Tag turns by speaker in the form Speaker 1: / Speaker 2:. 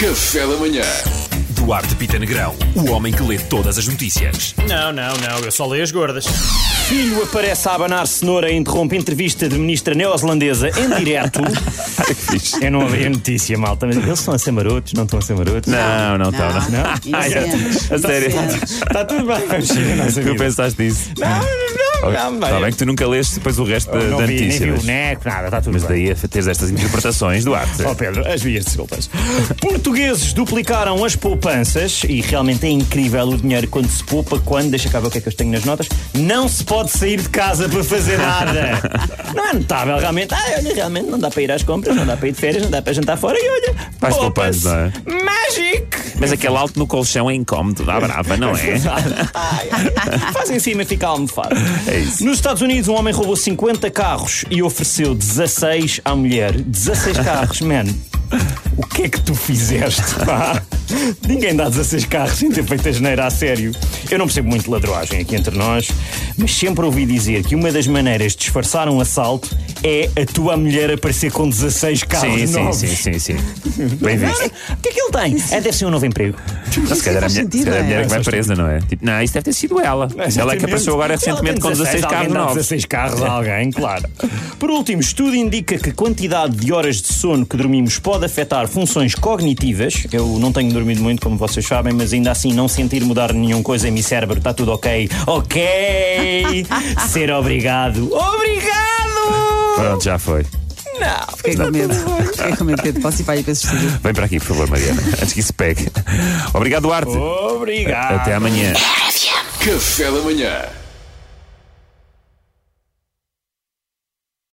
Speaker 1: Café da Manhã.
Speaker 2: Duarte Pita Negrão, o homem que lê todas as notícias.
Speaker 3: Não, não, não, eu só leio as gordas.
Speaker 4: Filho aparece a abanar cenoura e interrompe entrevista de ministra neozelandesa em direto. eu não ouvi a notícia, malta, mas eles estão a ser marotos, não estão a ser marotos.
Speaker 2: Não, não está, não.
Speaker 5: Inocentes,
Speaker 2: A sério?
Speaker 5: inocentes.
Speaker 4: Está tudo bem, vamos seguir a nossa
Speaker 2: Tu
Speaker 4: vida.
Speaker 2: pensaste nisso?
Speaker 4: Não, não, não,
Speaker 2: Está bem que tu nunca leste depois o resto da,
Speaker 4: Eu
Speaker 2: da
Speaker 4: não vi, nem
Speaker 2: notícia.
Speaker 4: vi o
Speaker 2: mas-
Speaker 4: neco, nada, está tudo
Speaker 2: Mas
Speaker 4: bem.
Speaker 2: daí a teres estas interpretações, Duarte.
Speaker 4: Oh Pedro, as minhas desculpas. Portugueses duplicaram as poupanças e realmente é incrível o dinheiro quando se poupa, quando, deixa cá ver o que é que eu tenho nas notas, não se pode sair de casa para fazer nada. Não é notável, realmente. Ah, olha, realmente não dá para ir às compras, não dá para ir de férias, não dá para jantar fora e olha,
Speaker 2: Faz
Speaker 4: poupa-se.
Speaker 2: poupança,
Speaker 4: Magic!
Speaker 2: Mas aquele alto no colchão é incómodo, dá brava, não é?
Speaker 4: Ai, ai. Faz em cima e fica almofado.
Speaker 2: É isso.
Speaker 4: Nos Estados Unidos, um homem roubou 50 carros e ofereceu 16 à mulher. 16 carros, man. O que é que tu fizeste, pá? Ninguém dá 16 carros sem ter feito a geneira a sério. Eu não percebo muito de ladroagem aqui entre nós, mas sempre ouvi dizer que uma das maneiras de disfarçar um assalto é a tua mulher aparecer com 16 carros
Speaker 2: Sim, sim,
Speaker 4: novos.
Speaker 2: sim, sim, sim. Bem visto.
Speaker 4: O que é que ele tem? É, deve ser um novo emprego.
Speaker 2: Mas se calhar a
Speaker 5: Faz
Speaker 2: mulher, se
Speaker 5: sentido,
Speaker 2: calhar a mulher é que
Speaker 5: é?
Speaker 2: vai presa, não é? Tipo, não, isso deve ter sido ela. Ela é que
Speaker 4: Exatamente.
Speaker 2: apareceu agora
Speaker 4: Ela tem
Speaker 2: recentemente com 16
Speaker 4: alguém
Speaker 2: carros
Speaker 4: dá
Speaker 2: novos.
Speaker 4: 16 carros a alguém, claro. Por último, estudo indica que a quantidade de horas de sono que dormimos pode afetar funções cognitivas. Eu não tenho dormido muito, como vocês sabem, mas ainda assim não sentir mudar nenhuma coisa em meu cérebro. Está tudo ok. Ok! Ser obrigado. Obrigado!
Speaker 2: Pronto, já foi.
Speaker 5: Fiquei com medo. Fiquei com medo, Pedro. Posso ir para aí para esse estúdio?
Speaker 2: Vem para aqui, por favor, Mariana. Antes que isso pegue. Obrigado, Duarte.
Speaker 4: Obrigado!
Speaker 2: Até amanhã.
Speaker 1: Café da Manhã.